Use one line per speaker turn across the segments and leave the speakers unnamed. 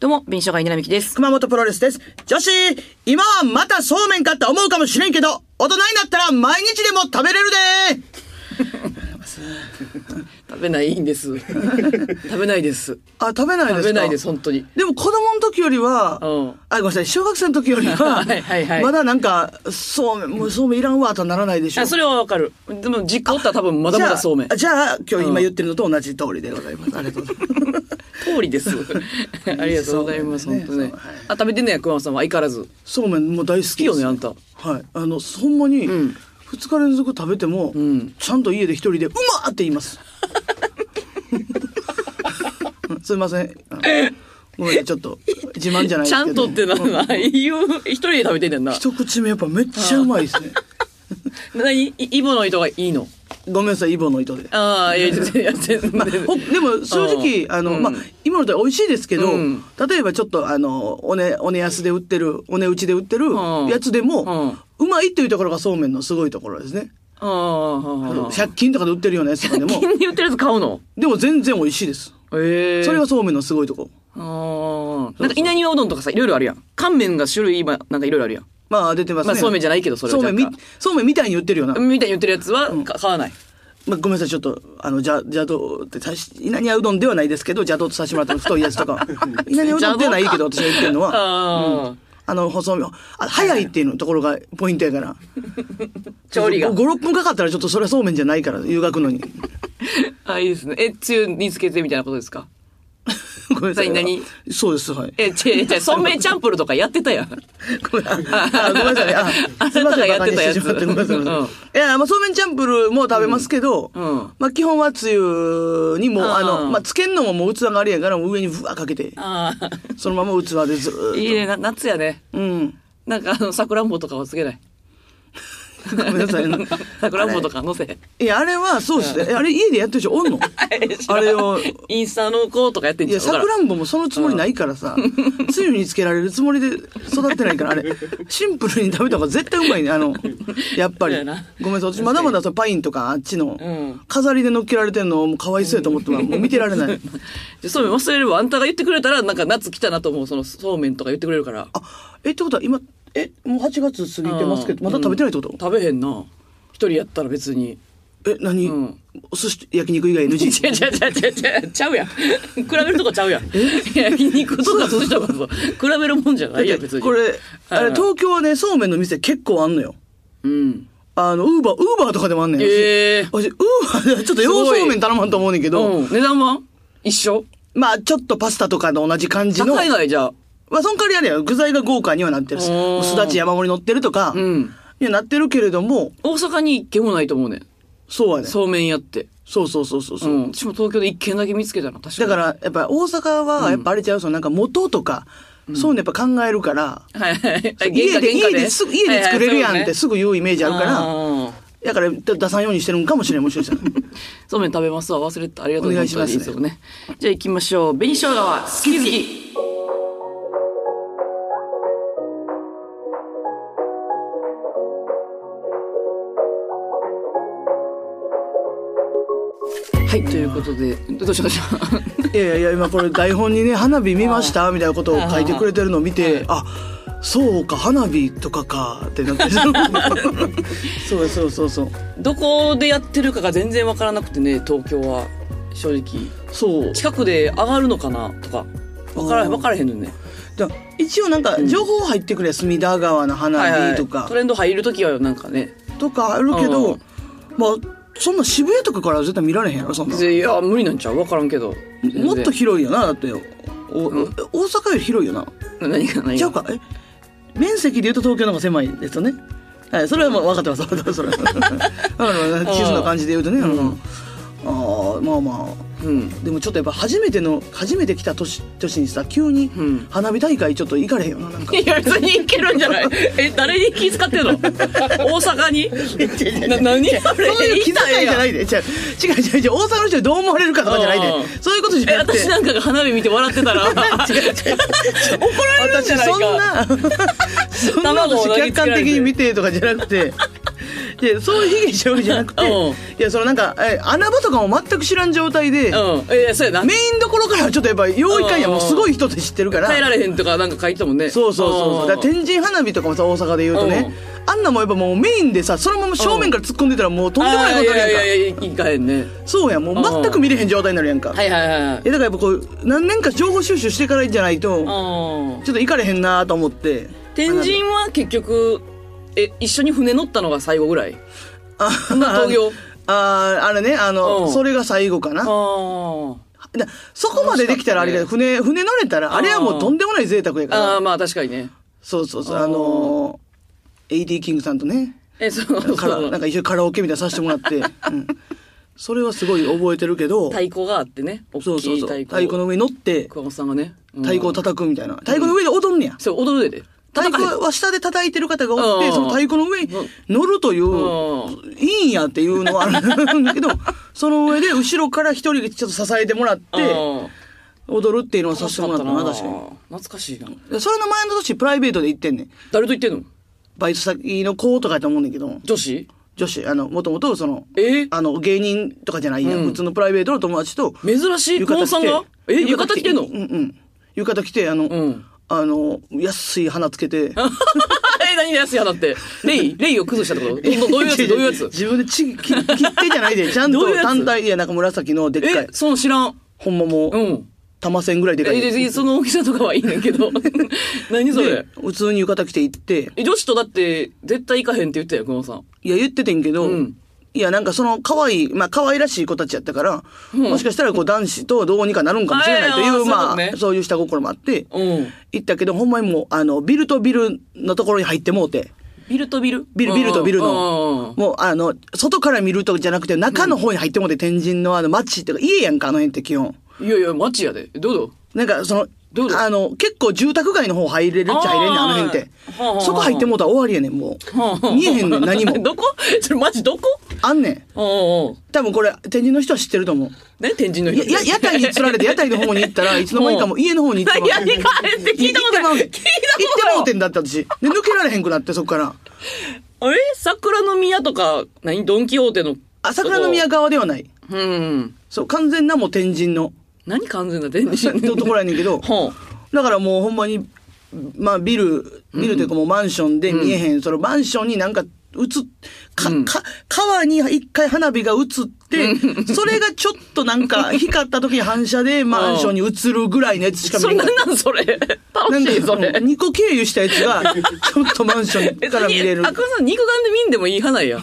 どうも、敏書会稲美樹です。
熊本プロレスです。女子、今はまたそうめんかって思うかもしれんけど、大人になったら毎日でも食べれるで
食べないん です。食べないです。
あ、食べないですか
食べないです、本当に。
でも子供の時よりは、
うん
あ、ごめんなさい、小学生の時よりは、
はいはいはい
まだなんか、そうめん、もうそうめんいらんわとはならないでしょ
あ、それはわかる。でも、実家おったら多分まだまだそうめん
じ。ゃあ、あ今日
うん
今言ってるのと同じ通りでございます。ありがとうござ います。
通りです。 ありがとうございます、
そうめん
本当ね
ねそうはい。
あ、食べてんねや、熊本さんは相変わらず。
そうめんもう大好きです。
好きよね、あんた。
はい。あの、ほんまに、
ん
二日連続食べても、
ん
ちゃんと家で一人で、うまーって言います。 すいません。あのごめんね、ちょっと、自慢じゃないですけど。
ちゃんとってな、言う、一人で食べてんねんな。
一口目やっぱめっちゃうまいですね。
何いイボの糸がいいの
ごめんなさい、イボの 糸で。
ああ、いや、全然、いや全然。
ほでも正直、
うん
あの、
うん
まあ、今のと美味しいですけど、
うん
例えばちょっと、あの、おね、おねやすで売ってる、おねうちで売ってる
うん
やつでも、うまいっていうところがそうめんのすごいところですね。
ああ、ああ。
100均とかで売ってるようなやつとかでも、
金に売ってるやつ買うの
でも全然美味しいです。
ええ
それがそうめんのすごいとこ。
ああ。なんか稲庭うどんとかさ、いろいろあるやん。乾麺が種類今、なんかいろいろあるやん。
まあ出てますね。
まあそうめんじゃないけどそれは
そうめんみ
若干、
そうめんみたいに売ってるような。
みたいに言ってるやつは、か買わない。
まあ、ごめんなさい、ちょっと、あの、じゃ、じゃどうって、たし、稲庭うどんではないですけど、邪道とさせてもらった太いやつ とか。稲庭うどんではないけど、私が言ってるのは。
ああ、
あの、細身、あ、早いっていうのところがポイントやから。
調理が
5、。6分かかったらちょっとそれはそうめんじゃないから、湯がくのに。
あ、いいですね。え、つゆにつけてみたいなことですか
ごめんなさい。
何
そうです、はい。
え、ちえ、ちえ、 ソンメイチャンプルとかやってたやん。
ごめんああごめんなさい。 あ、
あ
すいません、
あなたがやってたやつ
バカにしてしまってごめんなさいごめんなさ
うん
い。いや、まあ、そうめんチャンプルーも食べますけど、
うんうん
まあ、基本はつゆにもう、
あー
あの、まあ、つけんのももう器があれやから、もう上にふわかけて、
ああ。
そのまま器でずーっと。
いいね、な夏やね。
うん。
なんか、あの、桜んぼとかはつけない。
ごめんなさい。
桜んぼとかの せ。
いや、あれは、そうですね。えあれ、家でやってる人おんの あれを、
インスタの子とかやってん
い
じゃ
や、
ん。わからん
桜んぼもそのつもりないからさ、つゆにつけられるつもりで育ってないから、あれ、シンプルに食べた方が絶対うまいね、あの、やっぱり
そうやな。
ごめんなさい、私まだまだそうパインとかあっちの
うん、
飾りで乗っけられてんの、もうかわいそうやと思っても、もう見てられない。
でそうめん忘れるわ。あんたが言ってくれたら、なんか夏来たなと思う。その、そうめんとか言ってくれるから。
あ、え、ってことは今、え、もう8月過ぎてますけど、まだ食べてないってこと
食べへんな。一人やったら別に。
え、何
うん
お寿司、焼肉以外 NG?
ちゃちゃちゃちゃちゃ、ちゃうやん。比べるとこちゃうやん。焼肉とか寿司とかそう比べるもんじゃないやん、別に。
これ、あれ、
うん
東京はね、そうめんの店結構あんのよ。
うん。
あの、ウーバー、ウーバーとかでもあんねん。
ええ
私、ウーバーでちょっと洋そうめん頼まんと思うねんけど、
うん。値段は一緒
まあ、ちょっとパスタとかと同じ感じの。
高いない、じゃあ。
まあ、その代わりあれや、具材が豪華にはなってるし、
おー
すだち山盛り乗ってるとか、
うん。
にはなってるけれども、
大阪に一軒もないと思うねん。
そうやね。
そうめん屋って。
そうそうそうそう
う
そう。
ん。うちも東京で一軒だけ見つけたの、確か
だ
に。
から、やっぱ大阪は、やっぱあれちゃう、そのなんか元とか、そういうのやっぱ考えるから、
はい はい。
家で、家ですぐ、家で作れるやんって
す
すぐ言うイメージあるから、
ら。
だから出さんようにしてるんかもしれん、もしかしたら。
そうめん食べますわ。忘れてた。ありがとうございます。
お願いします
本当にいつもねじゃあ行きましょう。紅生姜は好き好き。はい、ということで、どうしました
いやいやいや今これ台本にね「花火見ました」みたいなことを書いてくれてるのを見てあそうか花火とかかって なってそうそうそうそう
どこでやってるかが全然わからなくてね、東京は。正直。
そう
近くで上がるのかなとか。わからへん、
あー
わからへんのよね。
じゃあ一応なんか情報入ってくれ、隅田川の
はいは
花
い
火とか、
トレンド入るときはなんかね。
とかあるけ
う
ど
ん
まあそんな渋谷とかからは絶対見られへんやろそんなも
でいや、無理なんちゃうわからんけど。
もっと
全然
広いよなだっておお大阪より広いよな
何が何
ちゃ
が
うかえ面積で言うと東京の方が狭いですよね。はい、それはもう分かってます。分かってますそれ は。あの地図の感じで言うとね、あの、あーまあまあ。
うん。
でもちょっとやっぱ初めての初めて来た年年にさ急に
ん
花火大会ちょっと行かれへんよななんか。
いや、別に行けるんじゃないえ、誰に気遣ってんの大阪にな、何そ
そう
れ
いう気遣いじゃないいで、違う違う違う違う大阪の人にどう思われるかとかじゃない
うん
で、そういうことじ
え、
ゃなくて。
私なんかが花火見て笑って たら、怒られるんじゃないか
私そんなそんな
卵を
私
投げつけられて
客 観的に見てとかじゃなくていやそういうヒゲ処理じゃなくて、
うん
いやそのなんかえ穴場とかも全く知らん状態
う
で、
んいやそうやな
メインどころからはちょっとやっぱよう一回や
うん
もうすごい人って知ってるから
帰られへんとかなんか書いてたもんね
そうそうそうそうだから
ん
天神花火とかもさ大阪で言うとねあんなもやっぱもうメインでさそのまま正面から突っ込んでたらもうとんでもないことにな
あー
る
いや
やんか
いやいやいかへんね
そうやんも
うん
う全く見れへん状態になるやんか
はいはいはいはい
えだからやっぱこう何年か情報収集してからじゃないと
うん
ちょっと行かれへんなと思って
天神は結局え一緒に船乗ったのが最後ぐらい
あ
な東京
あああれねあ
う
の
ん
それが最後か
あ
な
ー
なそこまでできたらありがたい
楽
船船乗れたらあれはもうとんでもない贅沢やか
あー
ら
まあ確かにね
そうそうそう
あー
あのー AD キングさんとね
えそうそう
カラなんか一緒にカラオケみたいなのさせてもらって、うん、それはすごい覚えてるけど
太鼓があってね大
そうそ
き
う
い
そう
太鼓
太鼓の上に乗って
桑本さんがね、うん
太鼓を叩くみたいな太鼓の上で踊んねや
そう踊るでで
太
叩かへん
鼓は下で叩いてる方がおって、
うん
その太鼓の上に乗るというう、いいんやっていうのはあるんだ けど、その上で後ろから一人ちょっと支えてもらって、
うん
踊るっていうのをさせてもらったな、
楽
確
し
か
かった
に
な懐かしいな。
でそれの前の年プライベートで行ってんねん。
誰と行ってんの
バイト先の子とかやと思うねんだけど、
女子
女子、あの、もともとその、
え
あの、芸人とかじゃないや、
うん
普通のプライベートの友達と、
珍しい久保さんがえ浴衣着てんの
うんうん。浴衣着て、あの、
うん
あの、安い花つけて、
え、何で安い花って。レイ、レイを崩したって ことどどどういうやつどういうやつ
自分でち切切ってじゃないで、ちゃん
どういう
と
やつ
単体、いや、なんか紫のでっか
え
い、、
その知らん。
ほんまも
う
う、
ん。
玉線ぐらいでか
え、
い。
でその大きさとかはいいねんけ ど。何そ
で
れ。、
普通に浴衣着て行って、
え女子とだって、絶対行かへんって言ってたよ、久保さん。
いや、言っててんけど、
うん
いや、なんかその可愛い、まあ可愛らしい子たちやったから、もしかしたらこう男子とどうにかなるんかもしれないと
あ
い
いや
う、
そう
まあ、
ね
そういう下心もあって、
うん。
行ったけど、ほんまにもう、あの、ビルとビルのところに入ってもうて、
ビルとビル
ビル、ビルとビル
うんうんう
の
ん、
もう、あの、外から見るとじゃなくて、中の方に入ってもうて、天神のあの、街っていうか、家やんか、あの辺って基本。
いやいや、街やで。どうぞ。
なんかその、
どうだ
あの、結構住宅街の方入れるっちゃ入れんねん、
あー
あの辺って
はあはあは。あ
そこ入ってもうたら終わりやねん、も
はあはあ
う。見えへんねん、 何も。
どこそれマジどこ
あんねん。
うんうん。
多分これ、天神の人は知ってると思う。
何天神の
い
人
や、や屋台に 釣られて、屋台の方に行ったらいつの間にかもう家の方に行って
何
ま
や
う。
りかえって聞いたことない。聞い
行
た
って
こと
も
な
う
い。
てんだって私。で、抜けられへんくなって、そこから。
あれ桜の宮とか、何ドンキホーテの。
あ桜の宮側ではない。
うん。
そう、完全なもう天神の、
何完全な天 神
のところやねんけど。
ほ う。
だからもうほんまに、まあビル、ビルというかもうマンションで見えへん、そのマンションになんか映っ、か、か、川に一回花火が映って、それがちょっとなん か光った時に反射でマンションに映るぐらいのやつしか
そ
見
れ
え な
ないん。なんそれ楽
なん
しい、
か
それ。
2個経由したやつが、ちょっとマンションから見れる。
あ、これさ、肉眼で見んでもいい花や。
いや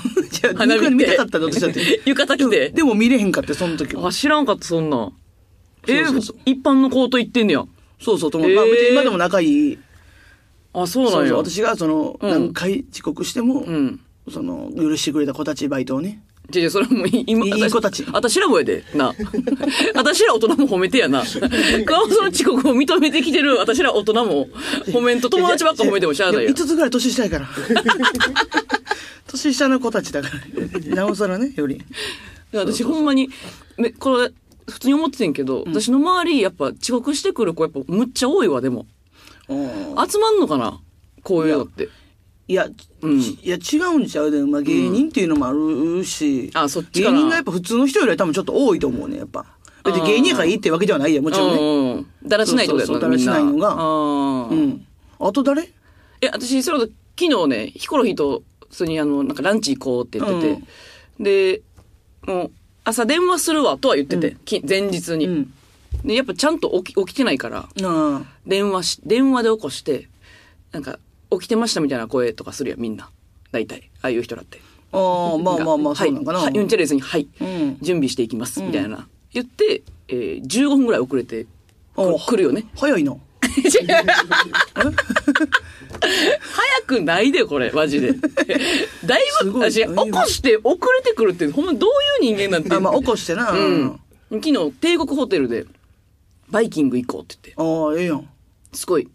花火って
見たかったの私だって
浴衣着て。
でも見れへんかって、その時は。
あ、知らんかった、そんなん。え
そうそうそう、
一般のコート行ってんねや。
そうそう、友
えー
達。まあ別に今でも仲いい。
あ、そう
そ
な
うんそう
や。
私がその、
うん
何回遅刻しても
う、ん。
その、許してくれた子たちバイトをね。
じゃじゃそれはもうい今
いい
私
子たち
私らもやでな私ら大人も褒めてやな川本の遅刻を認めてきてる私ら大人も褒めんと友達ばっか褒めてもしゃあない
で
よ
も5つぐらい年下やから。 年下の子たちだから。なおさらね、より。
私ほんまにめこれ普通に思っててんけど、私の周りやっぱ遅刻してくる子やっぱむっちゃ多いわでも
うん
集まんのかなこういうのって
いや、
うん
ちいや違うんちゃうで、まあ、芸人っていうのもあるし、
あそっちか
芸
な
人がやっぱ普通の人よりは多分ちょっと多いと思うね、やっぱ。別に芸人やからいいってわけではないや、もちろんね。
うんうんだらしないってことや
そう
な
そうそう
みん
だらしないのが
あー
うん。あと誰
え、私、それこそ昨日ね、ヒコロヒーと、普通にあの、なんかランチ行こうって言ってて、で、もう、朝電話するわとは言ってて、
うん
き前日に、
うん。
で、やっぱちゃんと起き起きてないから、
なあ。
電話し、電話で起こして、なんか、起きてましたみたいな声とかするやん、みんな。大体、ああいう人らって。
あーまあまあまあ、
はい
そうなんかな。
はい、うんちゃれずに、はい、
うん
準備していきます、
うん
みたいな。言って、えー、15分ぐらい遅れて、
あー
く来るよね。
早いな。
早くないで、これ、マジで。だい
す
ぶ、
ごい
私、起こして遅れてくるって、ほんまどういう人間なんて。
あまあ、起こしてな。
うん。昨日、帝国ホテルで、バイキング行こうって言っ
ああ、ええやん。
て。すごい。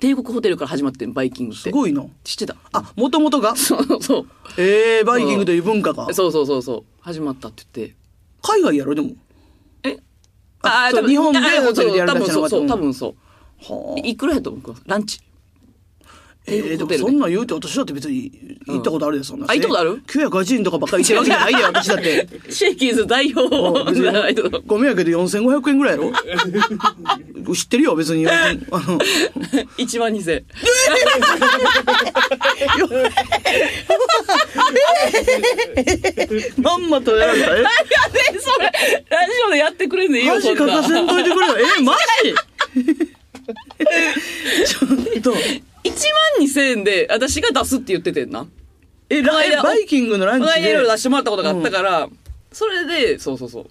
帝国ホテルから始まってん、バイキングって。
すごいな。
知ってた
あ、もともとが
そうそう。
ええバイキングという文化が。
そうそうそうそう。始まったって言って。
海外やろ、でも。
え
あ
ー
そう日本でホテルでやる
多
だ
分
けじゃ
そう
なか
多分
った
そう、多分そう。
はあ。
いくらやと思うランチ。
え
帝
ー、
国
で
ホテル
もそ
ね
んなん言うて私だって別に行ったことあるで、そんな。
あ行ったことある
?980 円とかばっかり行ってる わけじゃないで、私だって。
シェイキーズ代表
別
じゃないと
に、ご迷惑で4500円ぐらいやろ 知ってるよ、別に。あの、
1万2000円
まんまとやられ た。え
やねそれラジオでやってくれんねんよ
マジ
そ
書
んな
かせんといてく れよ。え、マジ ちょっ
1万
と。
2000円で私が出すって言っててんな
え、ラえバイキングのラン
お
チ
題い
で
ろい。ろ出してもらったことがあったから、それでそうそうそう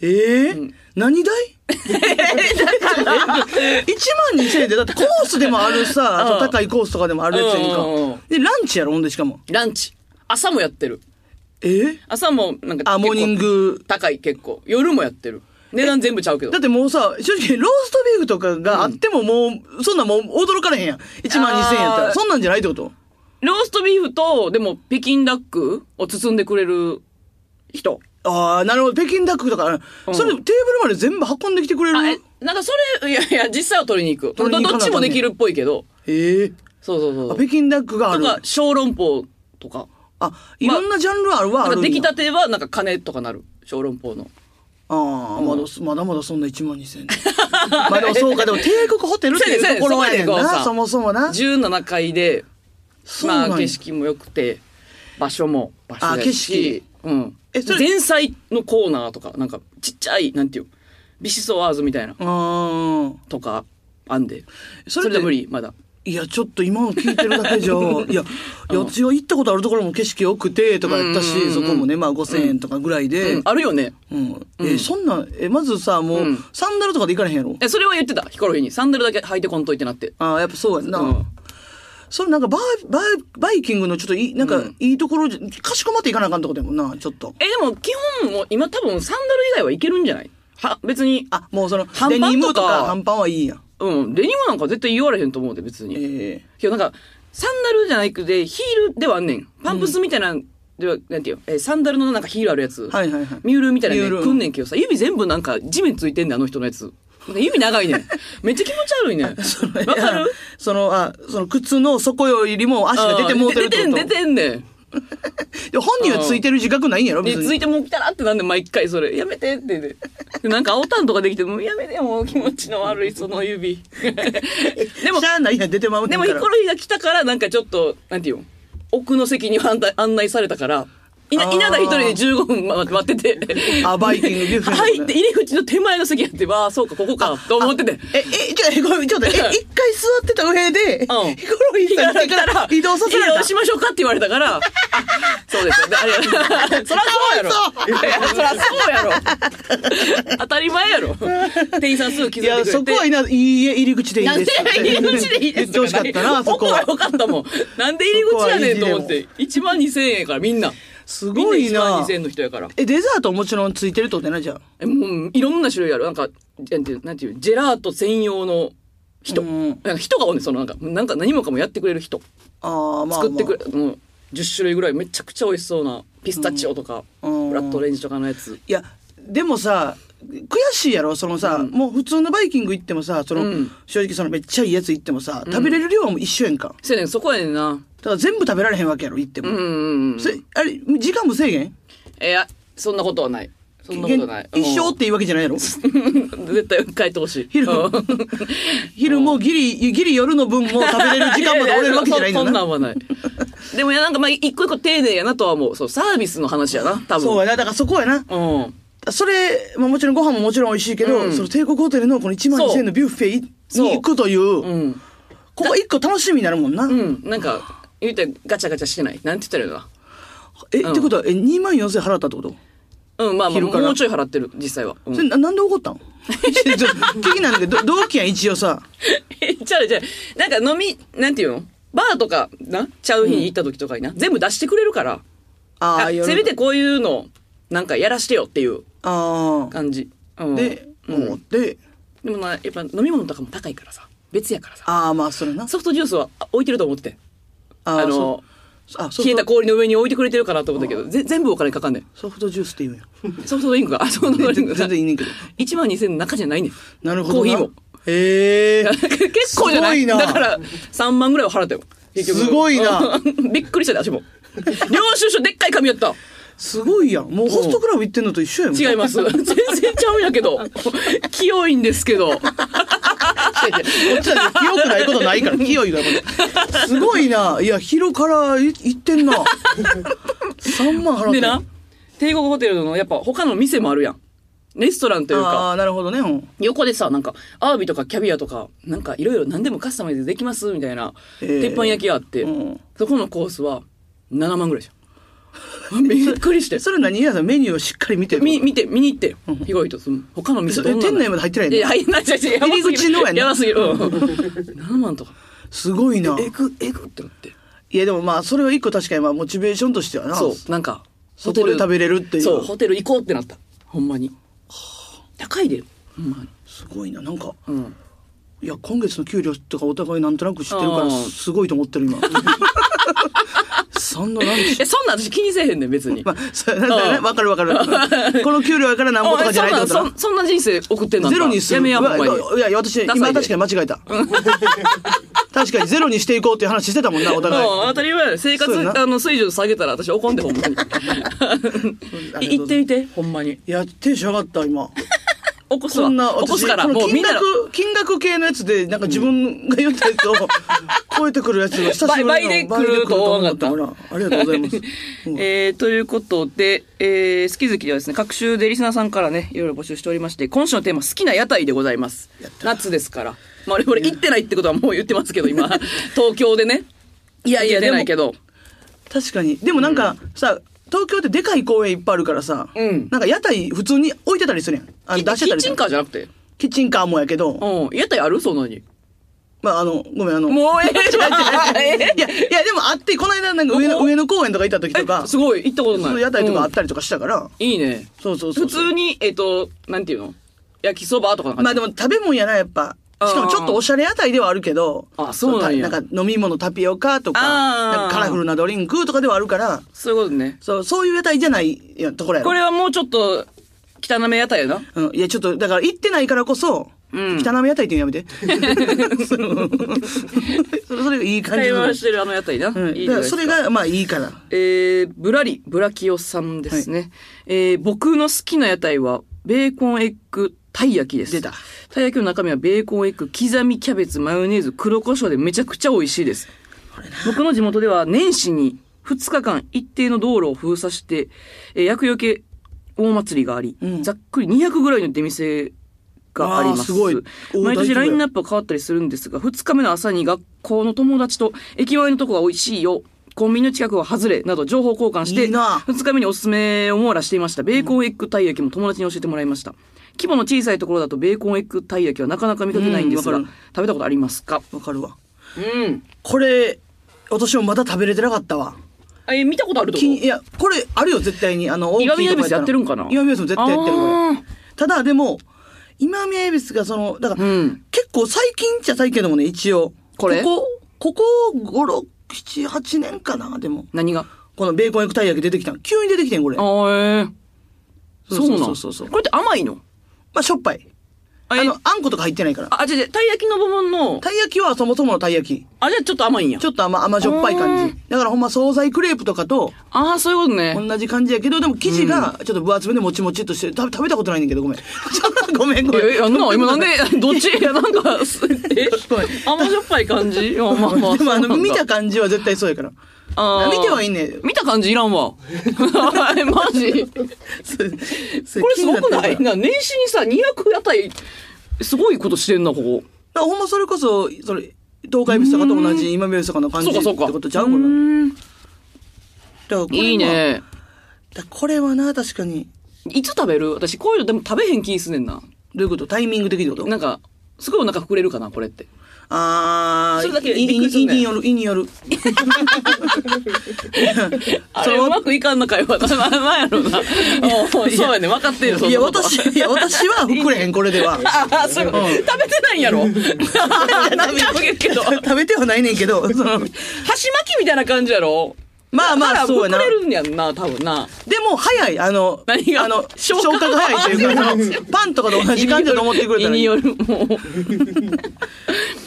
えー何 代え ?1 万2000円で、だってコースでもある さ、
うん
あと高いコースとかでもあるやつやんか
うんうんうん。
で、ランチやろ、ほんでしかも。
ランチ朝もやってる
えー
朝もなんか
あ、モーニング。
高い結構夜もやってる値段全部ちゃうけど
だってもうさ、正直、ローストビーフとかがあってももう、そんなんもう驚かれへんやん。1万2000円やった
あ
ら。
ー
そんなんじゃないってこと
ローストビーフとでも北京ダックを包んでくれる人
ああ、なるほど。北京ダックとか、
うん
それテーブルまで全部運んできてくれ
あえ
る
なんかそれいやいや実際は取りに行く
取りに行
どど
かなあ
っち
かんね
もできるっぽいけど
ええ
そうそうそう
あ、北京ダックがあ
と
る。
か小籠包とか
あ、いろんなジャンルあるわ、
な
あ
ん
る
か
んや
出来たてはなんか金とかなる小籠包の
ああ、まだ、まだまだそんな1万2000円。ま あでもそうか、でも帝国ホテルってい
そうやね
うところやねん
そうやねそうや
な、
ね
そもそもな。
17階で
そうな
ま
んや
あ景色も良くて場所も場所やしうん
えそれ
前菜のコーナーとかなんかちっちゃいなんていうビシソワーズみたいな
うん。
とかあんでそ
それ
れ
って
で無理まだ
いや、ちょっと今の聞いてるだけじゃ、 いや、いや私が行ったことあるところも景色良くて、とかやった
うんうん
し、
うん
そこもね、まあ5000円とかぐらいで、
うんあるよね
うんえ、そんな、え、まずさ、もう、
うん
サンダルとかで行かれへんやろ
えそれは言ってたヒコロヒーにサンダルだけ履いてこんといってなって
ああ、やっぱそうやんな。
うん
それなんかバー、バー、バイキングのちょっといい、なんか、いいところじゃ、かしこまっていかなあかんとこでもんな、ちょっと。
えでも基本もう今多分サンダル以外はいけるんじゃないは別に
あ、もうその、
半
デ
パンとか
ニムとか、半パンはいいやん。
うんデニムなんか絶対言われへんと思うで別に
え
けどなんか、サンダルじゃなくて、ヒールではあんねん。パンプスみたいな、では、なんていうのえーサンダルのなんかヒールあるやつ。
はいはいはい
ミュールみたいな
ミ
ね、
ュール
くんねんけどさ、指全部なんか地面ついてんねん、あの人のやつ。なんか指長い ねん。めっちゃ気持ち悪いねん。わ
え
かる
その、あ、その靴の底よりも足が出てもうてるってこ
あー
と
出てん、出てんね
で本人はついてる自覚ないんやろ
ん。で、
別
つい
に。
てもう来たらってなんで毎回それ、やめてってね。でなんか青タンとかできても、やめてもう気持ちの悪いその 指。でも
し、ゃあないやん、出てまう
で
ねん
も
か
ヒ
ら。
コロヒーが来たからなんかちょっとなんていうの奥の席に案内案内されたからい
あ
な
ー
稲田一人で15分ま待ってて
あバイキングビュッフェのとこね
入って入り口の手前の席やってわあそうかここかと思ってて
え、え、ちょ、え、ごめん、ちょっと、え、一回座ってた上 で、ヒコ
う
ロ
ん
ヒーさん来てから移動させられ
移
た
動。しましょうかって言われたから あ そうですよねありがとうそらそうやろいや そらそうやろ当たり前やろ店員さんすぐ気
い
づいて
や、
くれ
そ
て
こはいな、いいえ、入り口でいい
なん
で。
です入り口でいいです
言ってほしかったな、そこは
は。よかったもん。なんで入り口やねんと思って。1万2000円やからみんな。
すごい
みんな1万
な
2000。円の人やから。
え、デザートもちろんついてるってことやな、じゃあ。
えもういろんな種類ある。なんか、なんていう、なんていう、ジェラート専用の人。
うん
なんか人がおんねんそのなんか、なんか何もかもやってくれる人。
ああ、まあ。
作ってくれ、もう10種類ぐらいめちゃくちゃ美味しそうな。ピスタチオとか、ブ
うん
ラッドオレンジとかのやつ。
いや、でもさ、悔しいやろそのさ、もう普通のバイキング行ってもさ、その、
うん
正直そのめっちゃいいやつ行ってもさ、食べれる量はもう一緒やんか。
せやねん、そこやねんな。
だから全部食べられへんわけやろ行って
うん
も。
うんうん。
それあれ、時間無制限
え、あそんなことはない。そんなことない。
一生
う
っ
ん
ていうわけじゃ ないやろ
絶対帰ってほしい。
昼
うん
昼もギリ、ギリ夜の分も食べれる時間ま で折れるわけじゃないんだ
そんな
な。
んはない。でもいやなんかまあ一個一個丁寧やなとは思う。そうサービスの話やな多分。
そうやな、だからそこやな。
うん。
それ、まあもちろんご飯ももちろん美味しいけど、
うん
その帝国ホテルのこの1万2000円のビュッフェいに
そう
行くという、
うん。
ここ一個楽しみになるもんな。
うん。なんか言うたらガチャガチャしてない。なんて言ったらいいのか
え、ってことは、え、2万4000円払ったってこと
な。うんまあまあ
昼から
もうちょい払ってる実際は。うん
それななんで怒ったん ちょっと聞きなんだけど、ど同期やん、一応さ。
え ちゃうちゃう。なんか飲みなんていうの？バーとかなちゃう日に行った時とかにな、全部出してくれるから。
あ
あ
あ、夜
せめてこういうのなんかやらしてよっていう
ああ。
感じ。うん、
で、
う
も
ん
う、で、
でもなやっぱ飲み物とかも高いからさ別やからさ。
ああ、まあ、それな。
ソフトジュースはあ置いてると思ってて。
あー
あの
そあ、ソ
冷え
フ
た
ト、
氷の上に置いてくれてるかなと思ったけど、ぜ全部お金かかんねん。
ソフトジュースって言うんや。
ソフトドリンクが、あソフトド リンク
全
が
然いいねんけど。
1万2000円の中じゃないねん。
なるほど
コーヒ
な。
ーも。
へえ。
結構じゃない
すごいな
だから、3万ぐらいは払ったよ。結局
すごいな
うん びっくりしたで、私も。領収書でっかい紙やった。
すごいやん。もうホストクラブ行ってんのと一緒やん。
違い ます。全然ちゃうんやけど。清いんですけ ど。
いやいやこっちだって清くないこと ないから、清いなこと。すごいな。いや、昼からい行って んな。3万払って
で
る。
な、帝国ホテルのやっぱ他の店もあるやん。レストランというか、
ああ、なるほどね。うん
横でさ、なんか、アワビとかキャビアとか、なんかいろいろ何でもカスタマイズできますみたいな、
えー
鉄板焼きがあって、
うん
そこのコースは7万ぐらいじゃん。 びっくりして。
それ何やさんメニューをしっかり見てる。
み、見て、見に行って、ひろいと、その他の店
そ
ど
え
んなの
店内まで入ってない
いや、
の
入んない、違う違う、やばすぎる
入り口のやな
やばすぎる。うん7万とか。
すごいな。
えぐ、えぐってなって。
いや、でもまあ、それは一個確かにまあ、モチベーションとしてはな。
そう、なんか、
そこで食べれるっていう
そう、ホテル行こうってなった。ほんまに。高いで、ほんまに。
すごいな。なんか、
うん。
いや、今月の給料とかお互いなんとなく知ってるか
あ
ら、
ー
すごいと思ってる今。3のランチ
え、。そんなん私気にせえへんねん、別に。
まあ、そうなんだよね。
うん
わかるわかる。この給料やからなんぼとかじゃないって
お
こ
いそん
とだ
なんそんそんな人生送ってんの
ゼロにする。
やめや、
う
ほ
わ
んまに。
いや、いや私、
ダ
今
サいで
確かに間違えた。確かにゼロにしていこうっていう話してたもんな、お互い。
うん当たり前や生活
そうやな
あの水準下げたら私怒んでほんまにい行ってみてほんまに
いや、テンション上がった、今。
起こす
こ
わ
んな、
起こすから
この
もうみ
金
んなら
額、金額系のやつで、なんか自分が言ったや つを超えてくるやつが久しぶりの
倍倍で来ると思わなかった
倍で来ると思わなか ったありがとうございます。うん
えー、ということで、えー、好き好きではですね、各週でリスナーさんからね、いろいろ募集しておりまして、今週のテーマ、好きな屋台でございます
やっ。た
夏ですから。まあ、我々行ってないってことはもう言ってますけど、今、東京でね。いやいや、
で
出
も
ないけど。
確かに。でもなんか、さ、東京ってでかい公園いっぱいあるからさ、
うん
なんか屋台普通に置いてたりするやん。あの
キ
出して
キ
た
ッ
り
チ
す
ン
る。
カーじゃなくて。
キッチンカーもやけど、
うん。屋台あるそんなに。
まああの、ごめん、あの、
もうえ
違う違う違う
えわえ
いや、いや、でもあって、この間なんか上
ど
の、
こ
上野公園とか行った時とか、
すごい、行ったこと
そ
な
う
い。
屋台とかあっ
うん
たりとかしたから、
いいね。
そうそうそう。
普通に、えっ、と、なんていうの焼きそばとかなんか。
まあでも食べ物やな、やっぱ。
あー
しかもちょっとおしゃれ屋台ではあるけど、
あそうなんや
たなんか飲み物タピオカとか、
あー
なんかカラフルなドリンクとかではあるから、
そういうことね。
そう、そういう屋台じゃないやんところやろ
これはもうちょっと、汚め屋台やな。
うん、いや、ちょっと、だから行ってないからこそ、
うん
汚め屋台っていうのやめ て。そ のそれ、それがいい感じ
会
の。
話してるあの屋台な。
うん、
いいじ
だ
ゃない
から
です
そ
か
れが、まあいいから。
えー、ブラリ、ブラキオさんですね。えー、僕の好きな屋台は、ベーコンエッグたい焼きです。
出た。
たい焼きの中身はベーコンエッグ、刻みキャベツ、マヨネーズ、黒胡椒でめちゃくちゃ美味しいです。僕の地元では年始に2日間一定の道路を封鎖して、えー、薬よけ大祭りがあり、
うん
ざっくり200ぐらいの出店があります。
あーすごいお
毎
大丈
年
夫や
ラインナップは変わったりするんですが、2日目の朝に学校の友達と駅前のとこが美味しいよ。コンビニの近くは外れなど情報交換して、
いいな
2日目におすすめを網羅していました。ベーコンエッグたい焼きも友達に教えてもらいました。規模の小さいところだとベーコンエッグたい焼きはなかなか見かけないんですが、
うんわか
食べたことありますか
わかるわ。
うん。
これ、私もまだ食べれてなかったわ。
え、見たことあると
気
思う
にいや、これあるよ、絶対に。あの、大きい
岩見
とこ
エビスやってるんかな
岩見エビスも絶対やって
あ
るこ
ー
れ。ただ、でも、今宮恵比寿がその、だから、
うん
結構最近っちゃ最近でもね、一応。
これ
ここ、ここ5、6、7、8年かな、でも。
何が
このベーコンエッグたい焼き出てきたの。急に出てきてん、これ。
あ
ま
ーえー
そうそう
なん
そうそうそう
これって甘いの
あ、しょっぱい。
あ
あ
え
の、あんことか入ってないから。
あ、違う違う、たい焼きの部分の、
たい焼きはそもそものたい焼き。
あ、じゃあちょっと甘いんや
ち。ょっと甘、甘じょっぱい感じ。だからほんま惣菜クレープとかと
ああ、そういうことね。
同じ感じやけど、でも生地がちょっと分厚めでもちもちっとしてる。食べ食べたことないねんだけど、ごめん。 ちょごめん、ご
い
めん。
やいや、な、今なんで、 どっちいや、なんか、すえ甘じょっぱい感じいや、まあまあ。
でもあ
そうなんだ
の、見た感じは絶対そうやから。
あー
見てはいいね
見た感じいらんわ。 えマジ。
これす
これすごくないな年始にさ、200屋台、すごいことしてんな、ここ。
ほんまそれこそ、それ、東海ビスとかと同じ今宮ビスとかの感じ
そうか、
って
そうか。
ことちゃう
う
これ。だか
ーん
らこれはい
い。ね。
だからこれはな、確かに。
いつ食べる私、こういうのでも食べへん気すんねんな。
どういうことタイミング的ってこと
なんか、すごいお腹膨れるかな、これって。
あー、
それだけ
い
びっくりする
いい
ね
による、いによる。
あれ、
そう
う まくいかんのかよ。ななんやろな。 おうそうやね、分かってるよ、そん
い
な
や、
ことは
私、いや、私は膨れへん、これでは。
ああ、そういうこと食べてないんやろ。 なんかあげるけど。
食べてはないねんけ ど、その、
箸巻きみたいな感じやろ。
まあまあ
腹
そうやな
膨れるんやんな、多分な。
でも早い、あの、
何が
あの、
消
消
化
化が早いというか、あ のパンとかと同じ感じだと思ってくれたら
胃に
いい。
よる、もう。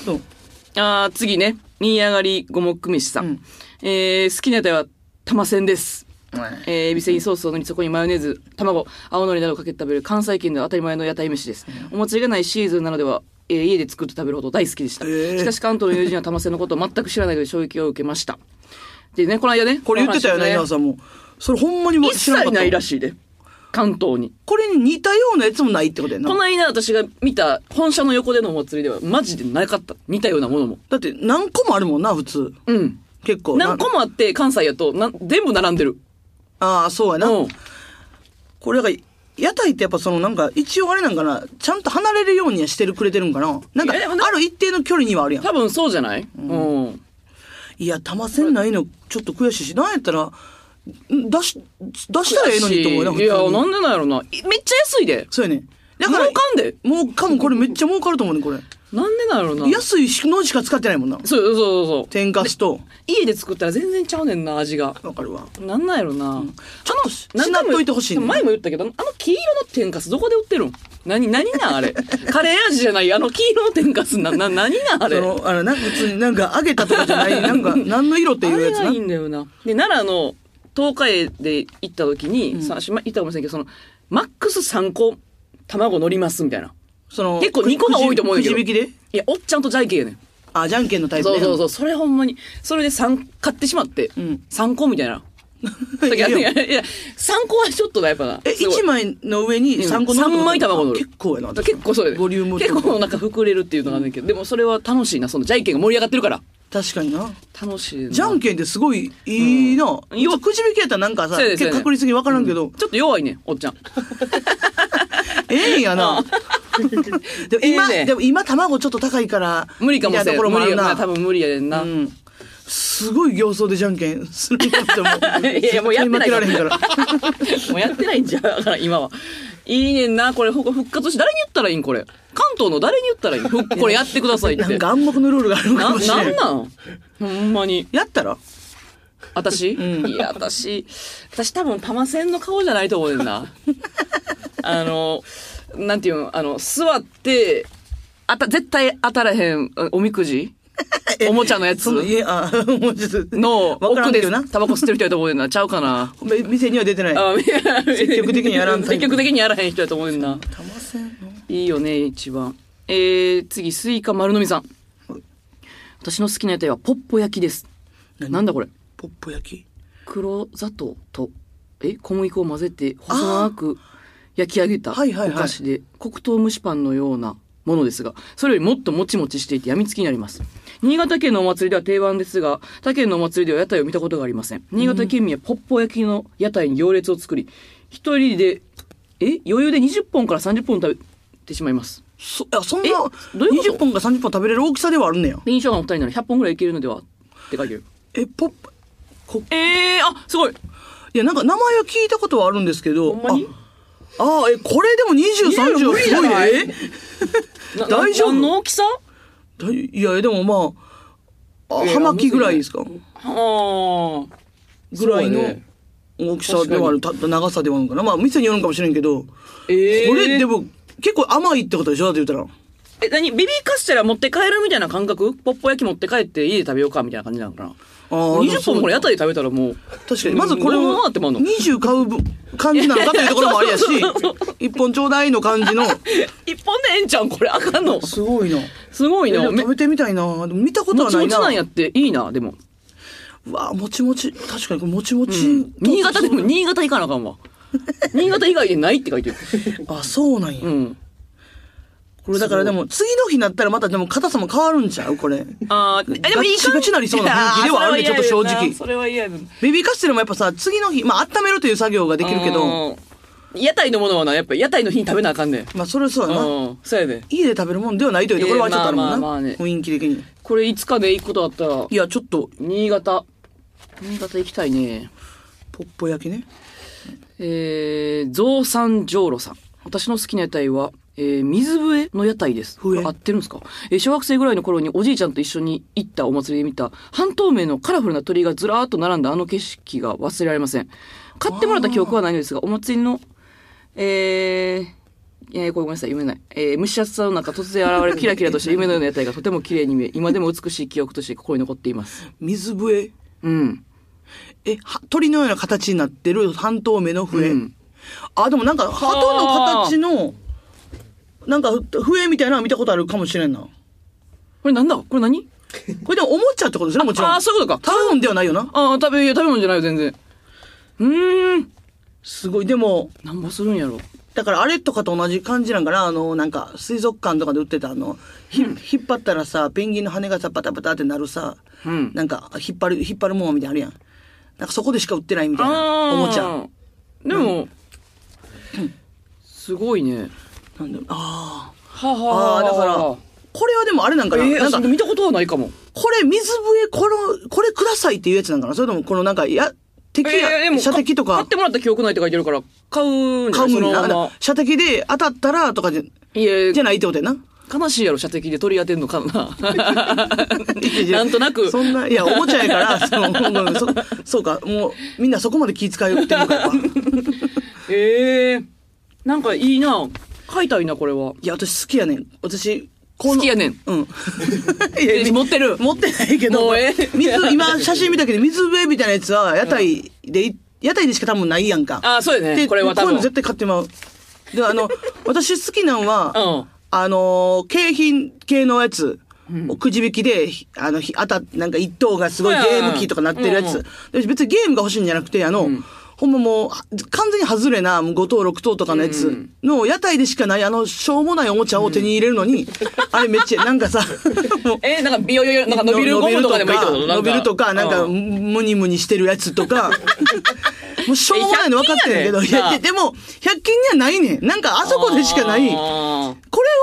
そう
ああ、次ね。新上がり五目飯さん。
うん
えー好きな野菜は玉せんです。
はい
えー、エビセイソースを塗り、そこにマヨネーズ、卵、青のりなどをかけて食べる関西圏では当たり前の屋台飯です。お祭りがないシーズンなのでは、えー家で作って食べるほど大好きでした。
えー
しかし関東の友人は玉せんのことを全く知らないので衝撃を受けました。でね、この間ね、
これ言ってたよね、
こ
稲
の話
葉さんも。それほんまに
一
知らなか
切
った。
ないらしいで。関東に。
これに似たようなやつもないってことやな
こ。の間私が見た本社の横でのお祭りではマジでなかった。似たようなものも。
だって何個もあるもんな、普通。
うん。
結構な。
何個もあって関西やとなん全部並んでる。
ああ、そうやな。
うん。
これが屋台ってやっぱそのなんか一応あれなんかなちゃんと離れるようにはしてるくれてるんかななんか
いやでもな
ある一定の距離にはあるやん
多分そうじゃないうん。
いや玉せんないのちょっと悔しいしなんやったらん出し出したらええのにと思うな普
いや、
通に
なんでなんやろな。いめっちゃ安いで。
そうやねだから
儲かんで。
もうかもこれめっちゃ儲かると思うねこれ
なんでなんやろな。
安いのしか使ってないもんな
そうそうそうそう。
天かすと
家で作ったら全然ちゃうねんな、味が。
わかるわ
なんなんやろな。
ちょっとししなっといてほしいね
前も言ったけど、あの黄色の天かすどこで売ってるん何、何なんあ れ。カレー味じゃない、あの黄色の天かすな、な、何なんあ
そ
れ。
のあれな普通になんか揚げたとかじ ゃないなんか何の色っていうや
あ
つ
れが
な
いいんだよな。で、奈良の東海で行った時に、さ、しま、行ったかもしれんけど、その、マックス3個卵乗りますみたいな。
その
結構2個が多いと思うん
く
や
じ
けど。
くじ引きで
いや、おっちゃんとジャイケやねん。
あじゃんけんのタイプ
そ
ね
うそうそう、それほんまに。それで3、買ってしまって、
ん
3個みたいな。
いや
いや、いや、3個はちょっとだ、やっぱな。
え、
すごい
一枚の上に三個
うん
乗るってこと
三枚卵乗る
結構やな。
結構それで。
ボリュームと
結
か
構なんか膨れるっていうのがあるんだけど、でもそれは楽しいな、そのジャイケンが盛り上がってるから。
確かにな。
楽しいな。
じゃんけんってすごいいいな。
うんよ
くじ引きやったらなんかさ、
そうやねそう
結
や
構
ね
確率に分からんけど、
ちょっと弱いね、おっちゃん。
ええん やな。でも今、
ええね
でも今卵ちょっと高いから、
無理かもし
みた
れん。
いなところも
無
あ
理
る
やな。
な。
多分無理やねんな。
うん。すごい形相でじゃんけんするなって思う。
いやいやもうやってない
絶対負けられへんから。
もうやってないんじゃん。だから今は。いいねんな、これ、ほ復活し、誰に言ったらいいんこれ。関東の誰に言ったらいいんふこれやってくださいって。
なんか暗黙のルールがあるのか
な、
もしれ。
なんんなんほんまに。
やったら
私、いや、私、私多分パマセンの顔じゃないと思うねん な。あの、なんていうの、あの、座って、あた、絶対当たらへん、おみく じおもちゃのやつ
その家、 あ、もうちょっと。
の
わから
奥
んけ
で
どな。
タバコ吸ってる人やと思うねんな。ちゃうか な。
め店には出てない。
あ
積極的にやらんタイ
積
プ
極的にやらへん人やと思うねんな。
玉せんの
いいよね、一番。えー、次、スイカ丸のみさん。私の好きな屋台はポッポ焼きです。
何
なんだこれ
ポップ焼き
黒砂糖と、え小麦粉を混ぜて細長く焼き上げたお
はいはいはい
菓子で、黒糖蒸しパンのようなものですが、それよりもっともちもちしていて病みつきになります。新潟県のお祭りでは定番ですが、他県のお祭りでは屋台を見たことがありません。新潟県民はポッポ焼きの屋台に行列を作り、一人で、え余裕で20本から30本食べてしまいます。
そあそんな
えどういうこと
20本か30本食べれる大きさではあるねや
紅生姜のお二人なら100本ぐらいいけるのではって書いてる。
えポップこ
ええあ、すごい。
いやなんか名前は聞いたことはあるんですけど
ほんまに
ああーえこれでも2030は
無理
す
じゃ
ごい
ない
ね
な
大丈夫
何の大きさ
だいいやでもまああ
いや
葉巻ぐらいですか
あー
ぐらい
そ
の
うやね
大きさではあるた長さではあるのかなまあ店によるんかもしれんけどこ
ええ
れでも結構甘いってことでしょだって言ったら
え、何ベビーカステラ持って帰るみたいな感覚ポッポ焼き持って帰って家で食べようかみたいな感じなのかな
あーでも
?20
そう
本これ屋台で食べたらもう。
確かにまずこれ
どう
を
なってまうの
20買う分感じなのかというところもありやし一本ちょうだいの感じの
一本でええんちゃうんこれあかんの。
すごいな
すごい
いやで
な。
も
め
食べてみたいな。でも見たこと
も
は
ち
な
も
い
ち
な。
なんやっていいな、でも。
うわあ、もちもち。確かにこれもちもち。
新潟でも新潟行かなあかん わ。新潟以外でないって書いてる。
あ、そうなんや。
うん。
これだからでも、次の日になったらまたでも硬さも変わるんちゃうこれ。
あーえでもいい
ガチガチなりそうな雰囲気ではあるね
いやー
ちょっと正直
それは嫌やなそれは嫌やな
ベビーカステラもやっぱさ、次の日、まあ温めるという作業ができるけど、
うん屋台のものはなやっぱ屋台の日に食べなあかんねん
まあそれはそうやな。
うんそうやで
家で食べるもんではないというところはちょっとあるも
い
んな。
やまあまあまあね
雰囲気的に。
これいつかで行くことあったら
いや、ちょっと、
新潟新潟行きたいね
ポッポ焼きね。
えー、象山上路さん私の好きな屋台は、えー、水笛の屋台です。こ
笛
れ合ってるんですか、えー小学生ぐらいの頃におじいちゃんと一緒に行ったお祭りで見た半透明のカラフルな鳥がずらーっと並んだあの景色が忘れられません。買ってもらった記憶はないのですが、お祭りの、えー、えー、ごめんなさい、夢ない。えー、蒸し暑さの中、突然現れるキラキラとした夢のような屋台がとても綺麗に見え、今でも美しい記憶として心に残っています。
水笛。
うん。
え、は鳥のような形になってる半透明の笛。
うん
あ、でもなんか、鳩の形の、なんか、笛みたいなの見たことあるかもしれんな。
これなんだこれ何
これでもおもちゃってことですね、もちろん。
あー、そういうことか。
食べ物ではないよな。
ああ、食べ、いや食べ物じゃないよ、全然。うーん。
すごい。でも、
なんぼするんやろ。
だからあれとかと同じ感じなんかな、あの、なんか、水族館とかで売ってた、あの、ひ引っ張ったらさ、ペンギンの羽がさ、バタバタってなるさ、
うん
なんか、引っ張る、引っ張るもんみたいなのあるやん。なんかそこでしか売ってないみたい
あ
な、
あ。
おもちゃ。。
でも、すごいね。
なんで、ああ。
はあは
あ
あ。
あ、だから、これはでもあれなんかな、
えー、
な
なんん
か
か、見たことはないかも。
これ水笛、この、これくださいっていうやつなんかなそれともこのなんか、や、敵
えーで
や、
も
射的と
買
か
っ、てもらった記憶ないって書いてるから、買うんじゃ
買
な
う
い
もん
そ
な。
のま
だか
ま
ら射的で当たったらとかじゃ、
いや、
じゃないってことやな。
悲しいやろ、射的で取り当てんのかな。なんとなく。
そんな、いや、おもちゃ やから、その、うんそそうか、もう、みんなそこまで気遣いって るから。
ええなんかいいな。買いたいな、これは。
いや、私好きやねん。私、こ
好
の
きやねん。
うん。 いや
え持ってる
持ってないけど、
もうええ
水、今、写真見たけど、水笛みたいなやつは、屋台で、屋台でしか多分ないやんか。
あそうやね
で
これは多分
こういうの絶対買ってまう。で、あの、私好きなんは、
うん
あのー、景品系のやつ、くじ引きで、ひあの、ひあた、なんか一等がすごい
うん
ゲ
うん
ーム機とかなってるや
うんう
つ。で別にゲームが欲しいんじゃなくて、あの、ほんまもう、は完全に外れな、もう5等、6等とかのやつの、屋台でしかない、あの、しょうもないおもちゃを手に入れる のに、あれめっちゃ、なんかさ、もう
えなんかビヨヨヨ、なんか伸びるゴムとかでもいいってこと
伸びるとか、なんか、
う
ムニムニしてるやつ とか、もうしょうもないの分かってんけど、
え100
い
均やねん
や、ででも、100均にはないねん。なんか、あそこでしかない、こ
あ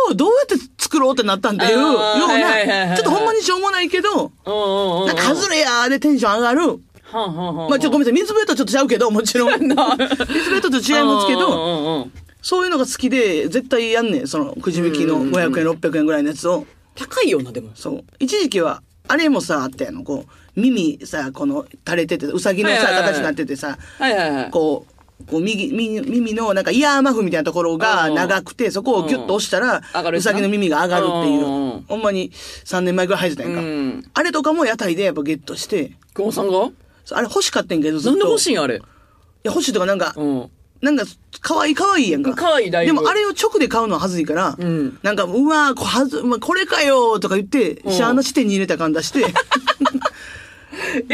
れをどうやって作ろうってなったんっていうよう
あーはいはいはいは
な、
い
ちょっとほんまにしょうもないけど、
ーうんうんうん。
なんか、外れやーでテンション上がる。
はんはんはんはん。
まあ、ちょっとごめんなさい、水ベッドちょっとちゃうけど、もちろ ん。水ベッドと違いますけ
う
ど、
んうんうん
そういうのが好きで、絶対やんねん、その、くじ引きの500円、600円ぐらいのやつを。
高いよな、でも。
そう。一時期は、あれもさ、あったやの、こう、耳さ、この、垂れてて、うさぎのさ、
はいはいはい
形になっててさ、
はいはいはい。
こう、こう右、耳耳の、なんか、イヤーマフみたいなところが
うん
長くて、そこをギュッと押したら
上が、る
う
やつな
さぎの耳が上がるっていう
うんうん、
ほんまに3年前ぐらい入ってたやんか。
うん
あれとかも屋台でやっぱゲットして、
久保さんが
そうあれ欲しかったんけど、ずっ
な
と。
んで欲しい
い
んやあれ。
や、欲しいとかなんか、
うん。
なんか、可愛い可愛いやんか。
可愛いだい
で
ぶ
も、あれを直で買うのははずいから、
うん
なんか、うわーこはず、まあこれかよーとか言って、
ん
シャーな視点に入れた感出 して。
え、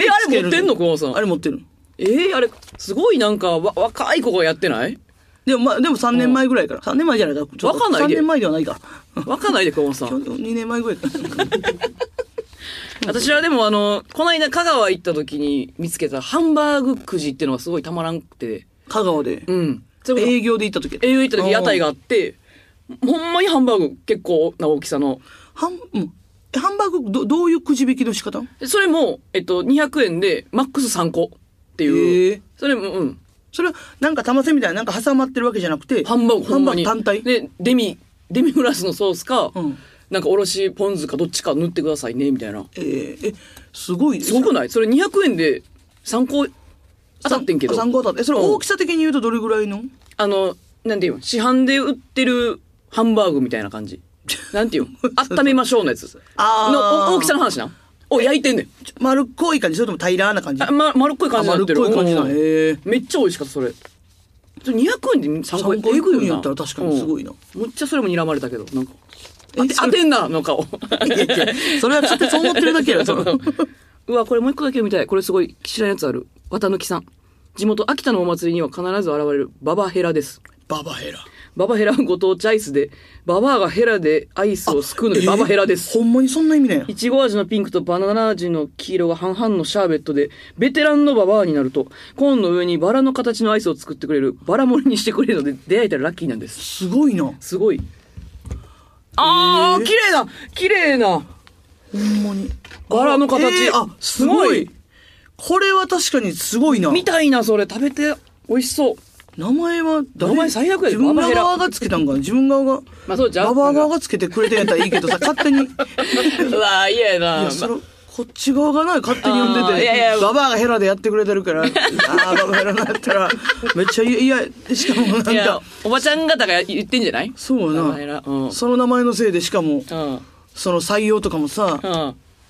あれ持ってんの久保さん
あ。れ持ってる。
えー、あれ、すごいなんか、わ、若い子がやってない
でも、まあ、でも3年前ぐらいから。3年前じゃないか。ちょっと
わかんないで
3年前ではないか。
若ないで、久保さん。
2年前ぐらいから。
私はでもあの、この間香川行った時に見つけたハンバーグくじっていうのがすごいたまらんくて。
香川で。
うん。それこそ
営業で行った時。
営業行った時屋台が
う
あ
ん。
って、ほんまにハンバーグ結構な大きさの。
ハン、うんえハンバーグ、ど、どういうくじ引きの仕方
でそれも、えっと、200円でマックス3個って
へ
い
え
う。それも、うん。
それは、なんか玉せみたいな、なんか挟まってるわけじゃなくて。
ハンバーグ
ハ
ほ
ン
んま
バーグ
に。
単体。
で、デミ、デミグラスのソースか、
うん
なんかおろしポン酢かどっちか塗ってくださいね、みたいな。
えー、え、すごいです
ごくないそれ200円で3個当たってんけど。
参考だった。え、それ
うん
大きさ的に言うとどれぐらいの
あの、なんていうの市販で売ってるハンバーグみたいな感じ。なんていう の温めましょうのやつ。
あー
のお大きさの話な。お、焼いてんねん。
ちょ丸っこい感じ、それとも平らな感じ。
あま、丸っこい感じになってる。
あ丸っこい感じなん
う
へ ー
めっちゃ美味しかった、それ。それ200円で3個
三個
えぐいよな
やったら確かにすごいな
うんめっちゃそれも睨まれたけど、なんか。
え
当て
それ
当てんな、の顔。
いやいやそれは勝手にそう思ってるだけやろ、その。
うわ、これもう一個だけ見たい。これすごい知らんやつある。綿貫さん。地元秋田のお祭りには必ず現れるババヘラです。
ババヘラ。
ババヘラはご当地アイスで、ババアがヘラでアイスをすくうのでババヘラです。
えーほんまにそんな意味ね。
いちご味のピンクとバナナ味の黄色が半々のシャーベットで、ベテランのババアになると、コーンの上にバラの形のアイスを作ってくれる、バラ盛りにしてくれるので、出会えたらラッキーなんです。
すごいな。ほ
すごい。あー、綺麗な綺麗なん
まに。
バラの形
えーあ、すごい
すごい。
これは確かにすごいな。
みたいな、それ。食べて、美味しそう。
名前は誰
名前最悪やで
自分
ババヘラ
側がつけたんかな自分側が。
まあそうじゃん
ババ側がつけてくれてんやったらいいけどさ、勝手に。いう
わー、嫌やな
や、それ、こっち側がな、勝手に呼んで
あーいやいや
て、ババアがヘラでやってくれてる から、ああ、ババアヘラになったら、めっちゃ嫌や、しかもなん
いや
か、、
おばちゃん方が言ってんじゃない
そう
名前
や
らう
な。
ん
その名前のせいで、しかも、
うん。うん。
その採用とかもさ、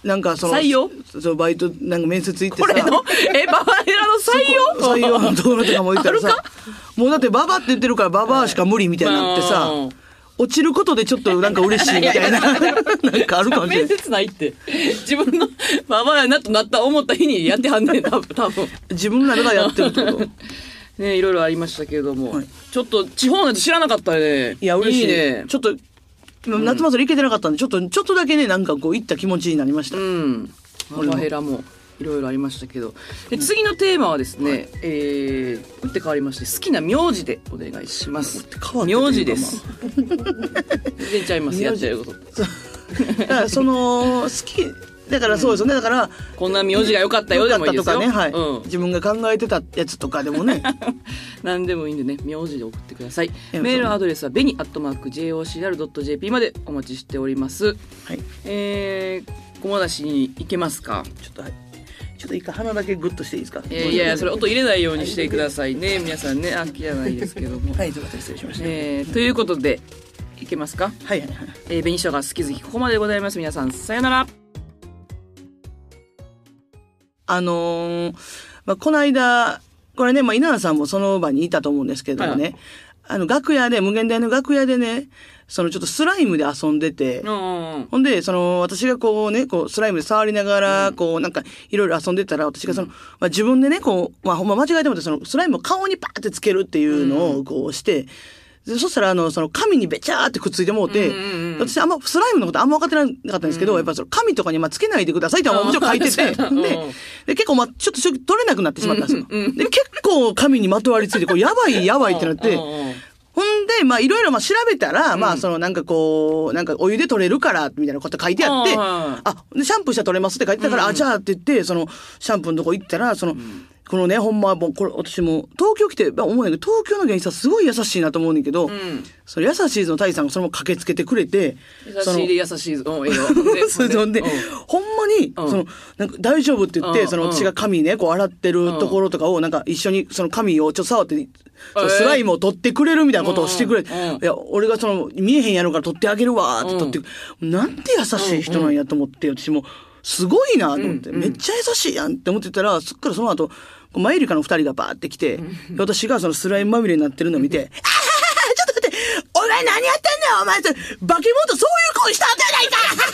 なんかその、
採用
そう、バイト、なんか面接行って
こ
さ、
れの、え、ババヘラの採用
採用のところとかも言ったら
ある
さ、もうだってババアって言ってるからババアしか無理みたいになってさ
うん、
落ちることでちょっとなんか嬉しいみたいな、なんかあるかもしれ
面
ない。
接ないって。自分のババアやなとなった思った日にやってはんねん、多分多分。
自分らがやってるってこと。
ねいろいろありましたけれども、
はい
ちょっと地方のやつ知らなかったね。
いや、嬉しい。
ね。
ちょっと、夏祭り行けてなかったんで、ちょっと、ちょっとだけね、なんかこう、行った気持ちになり ました。
うん。バ
俺も
バヘラもいろいろありましたけど。で次のテーマはですね、えー、打って変わりまして、好きな名字でお願いします。
変わってというか
名字です。全然ちゃいます、やっちゃうこと。
だから、その、好き、だからそうですよね。だから、
こんな名字が良かったよで
良か
も
っ
いい
た
で
と
すよ。
かね、はい、
うん。
自分が考えてたやつとかで もね、
何でもいいんでね名字で送ってください
え
メ
え
ール
そう
アドレスは紅アットマーク JOCR.jp までお待ちしております
はい。
えー、小出しに行けますか
ちょっと、はい。ちょっと一回鼻だけグッとしていいですか。
えーいやいやそれ音入れないようにしてくださいね皆さんね秋じゃないですけども、
はい、すいません失礼しました。
えーということでいけますか
はいはいはい。
えー、紅しょうが好き好きここまででございます皆さんさよなら
あのーまあ、この間、これね、まあ、稲田さんもその場にいたと思うんですけどもね、
は
あの、楽屋で、無限大の楽屋でね、そのちょっとスライムで遊んでて、
うん
ほんで、その、私がこうね、こう、スライムで触りながら、こう、なんか、いろいろ遊んでたら、私がその、まあ、自分でね、こう、まあ、ほんま間違えてもって、その、スライムを顔にパーってつけるっていうのを、こうして、でそしたら、あの、その、紙にべちゃーってくっついてもうて、
うんうんうん
私、あんま、スライムのことあんま分かってなかったんですけど、やっぱその、紙とかに、まあ、つけないでくださいって、もちろん書いてて、
うん うん、
でで、結構、まあ、ちょっと、取れなくなってしまったんですよ。
うんうん
で、結構、紙にまとわりついて、こう、やばい、やばいってなっ
う
て
ん、うん
ほんで、まあ、いろいろ、まあ、調べたら、まあ、その、なんかこう、なんか、お湯で取れるから、みたいなこと書いてあって、
あー
あ、で、シャンプーしたら取れますって書いてたから、あ、じゃあって言って、その、シャンプーのとこ行ったら、その、このね、ほんま、もう、これ、私も、東京来て、まあ、思うんやけど、東京の芸人さんすごい優しいなと思うねんだけど、
ん
その、優しいの大さんがそのまま駆けつけてくれて、
優
その
しいで優しいぞうんええよ
そうそんで、
うん
ほんまに、
うん
その、なんか大丈夫って言って、
うん
その
うん
私が髪ね、こう洗ってるところとかを、なんか一緒にその髪をちょっと触って、そのスライムを取ってくれるみたいなことをしてくれて、
うんうん
いや、俺がその、見えへんやろうから取ってあげるわーって取って、なんて優しい人なんやと思って、私も、すごいなと思って、めっちゃ優しいやんって思ってたら、そっからその後、こうマユリカの二人がバーって来て、私がそのスライムまみれになってるのを見て、あははちょっと待って、お前何やってんだよ、お前って、バケモンとそういう恋したんじゃないか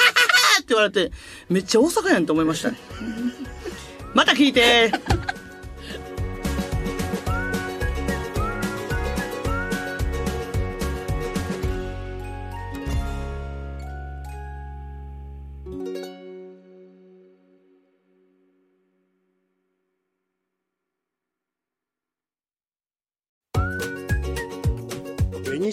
って言われて、めっちゃ大阪やんと思いましたね。また聞いて
紅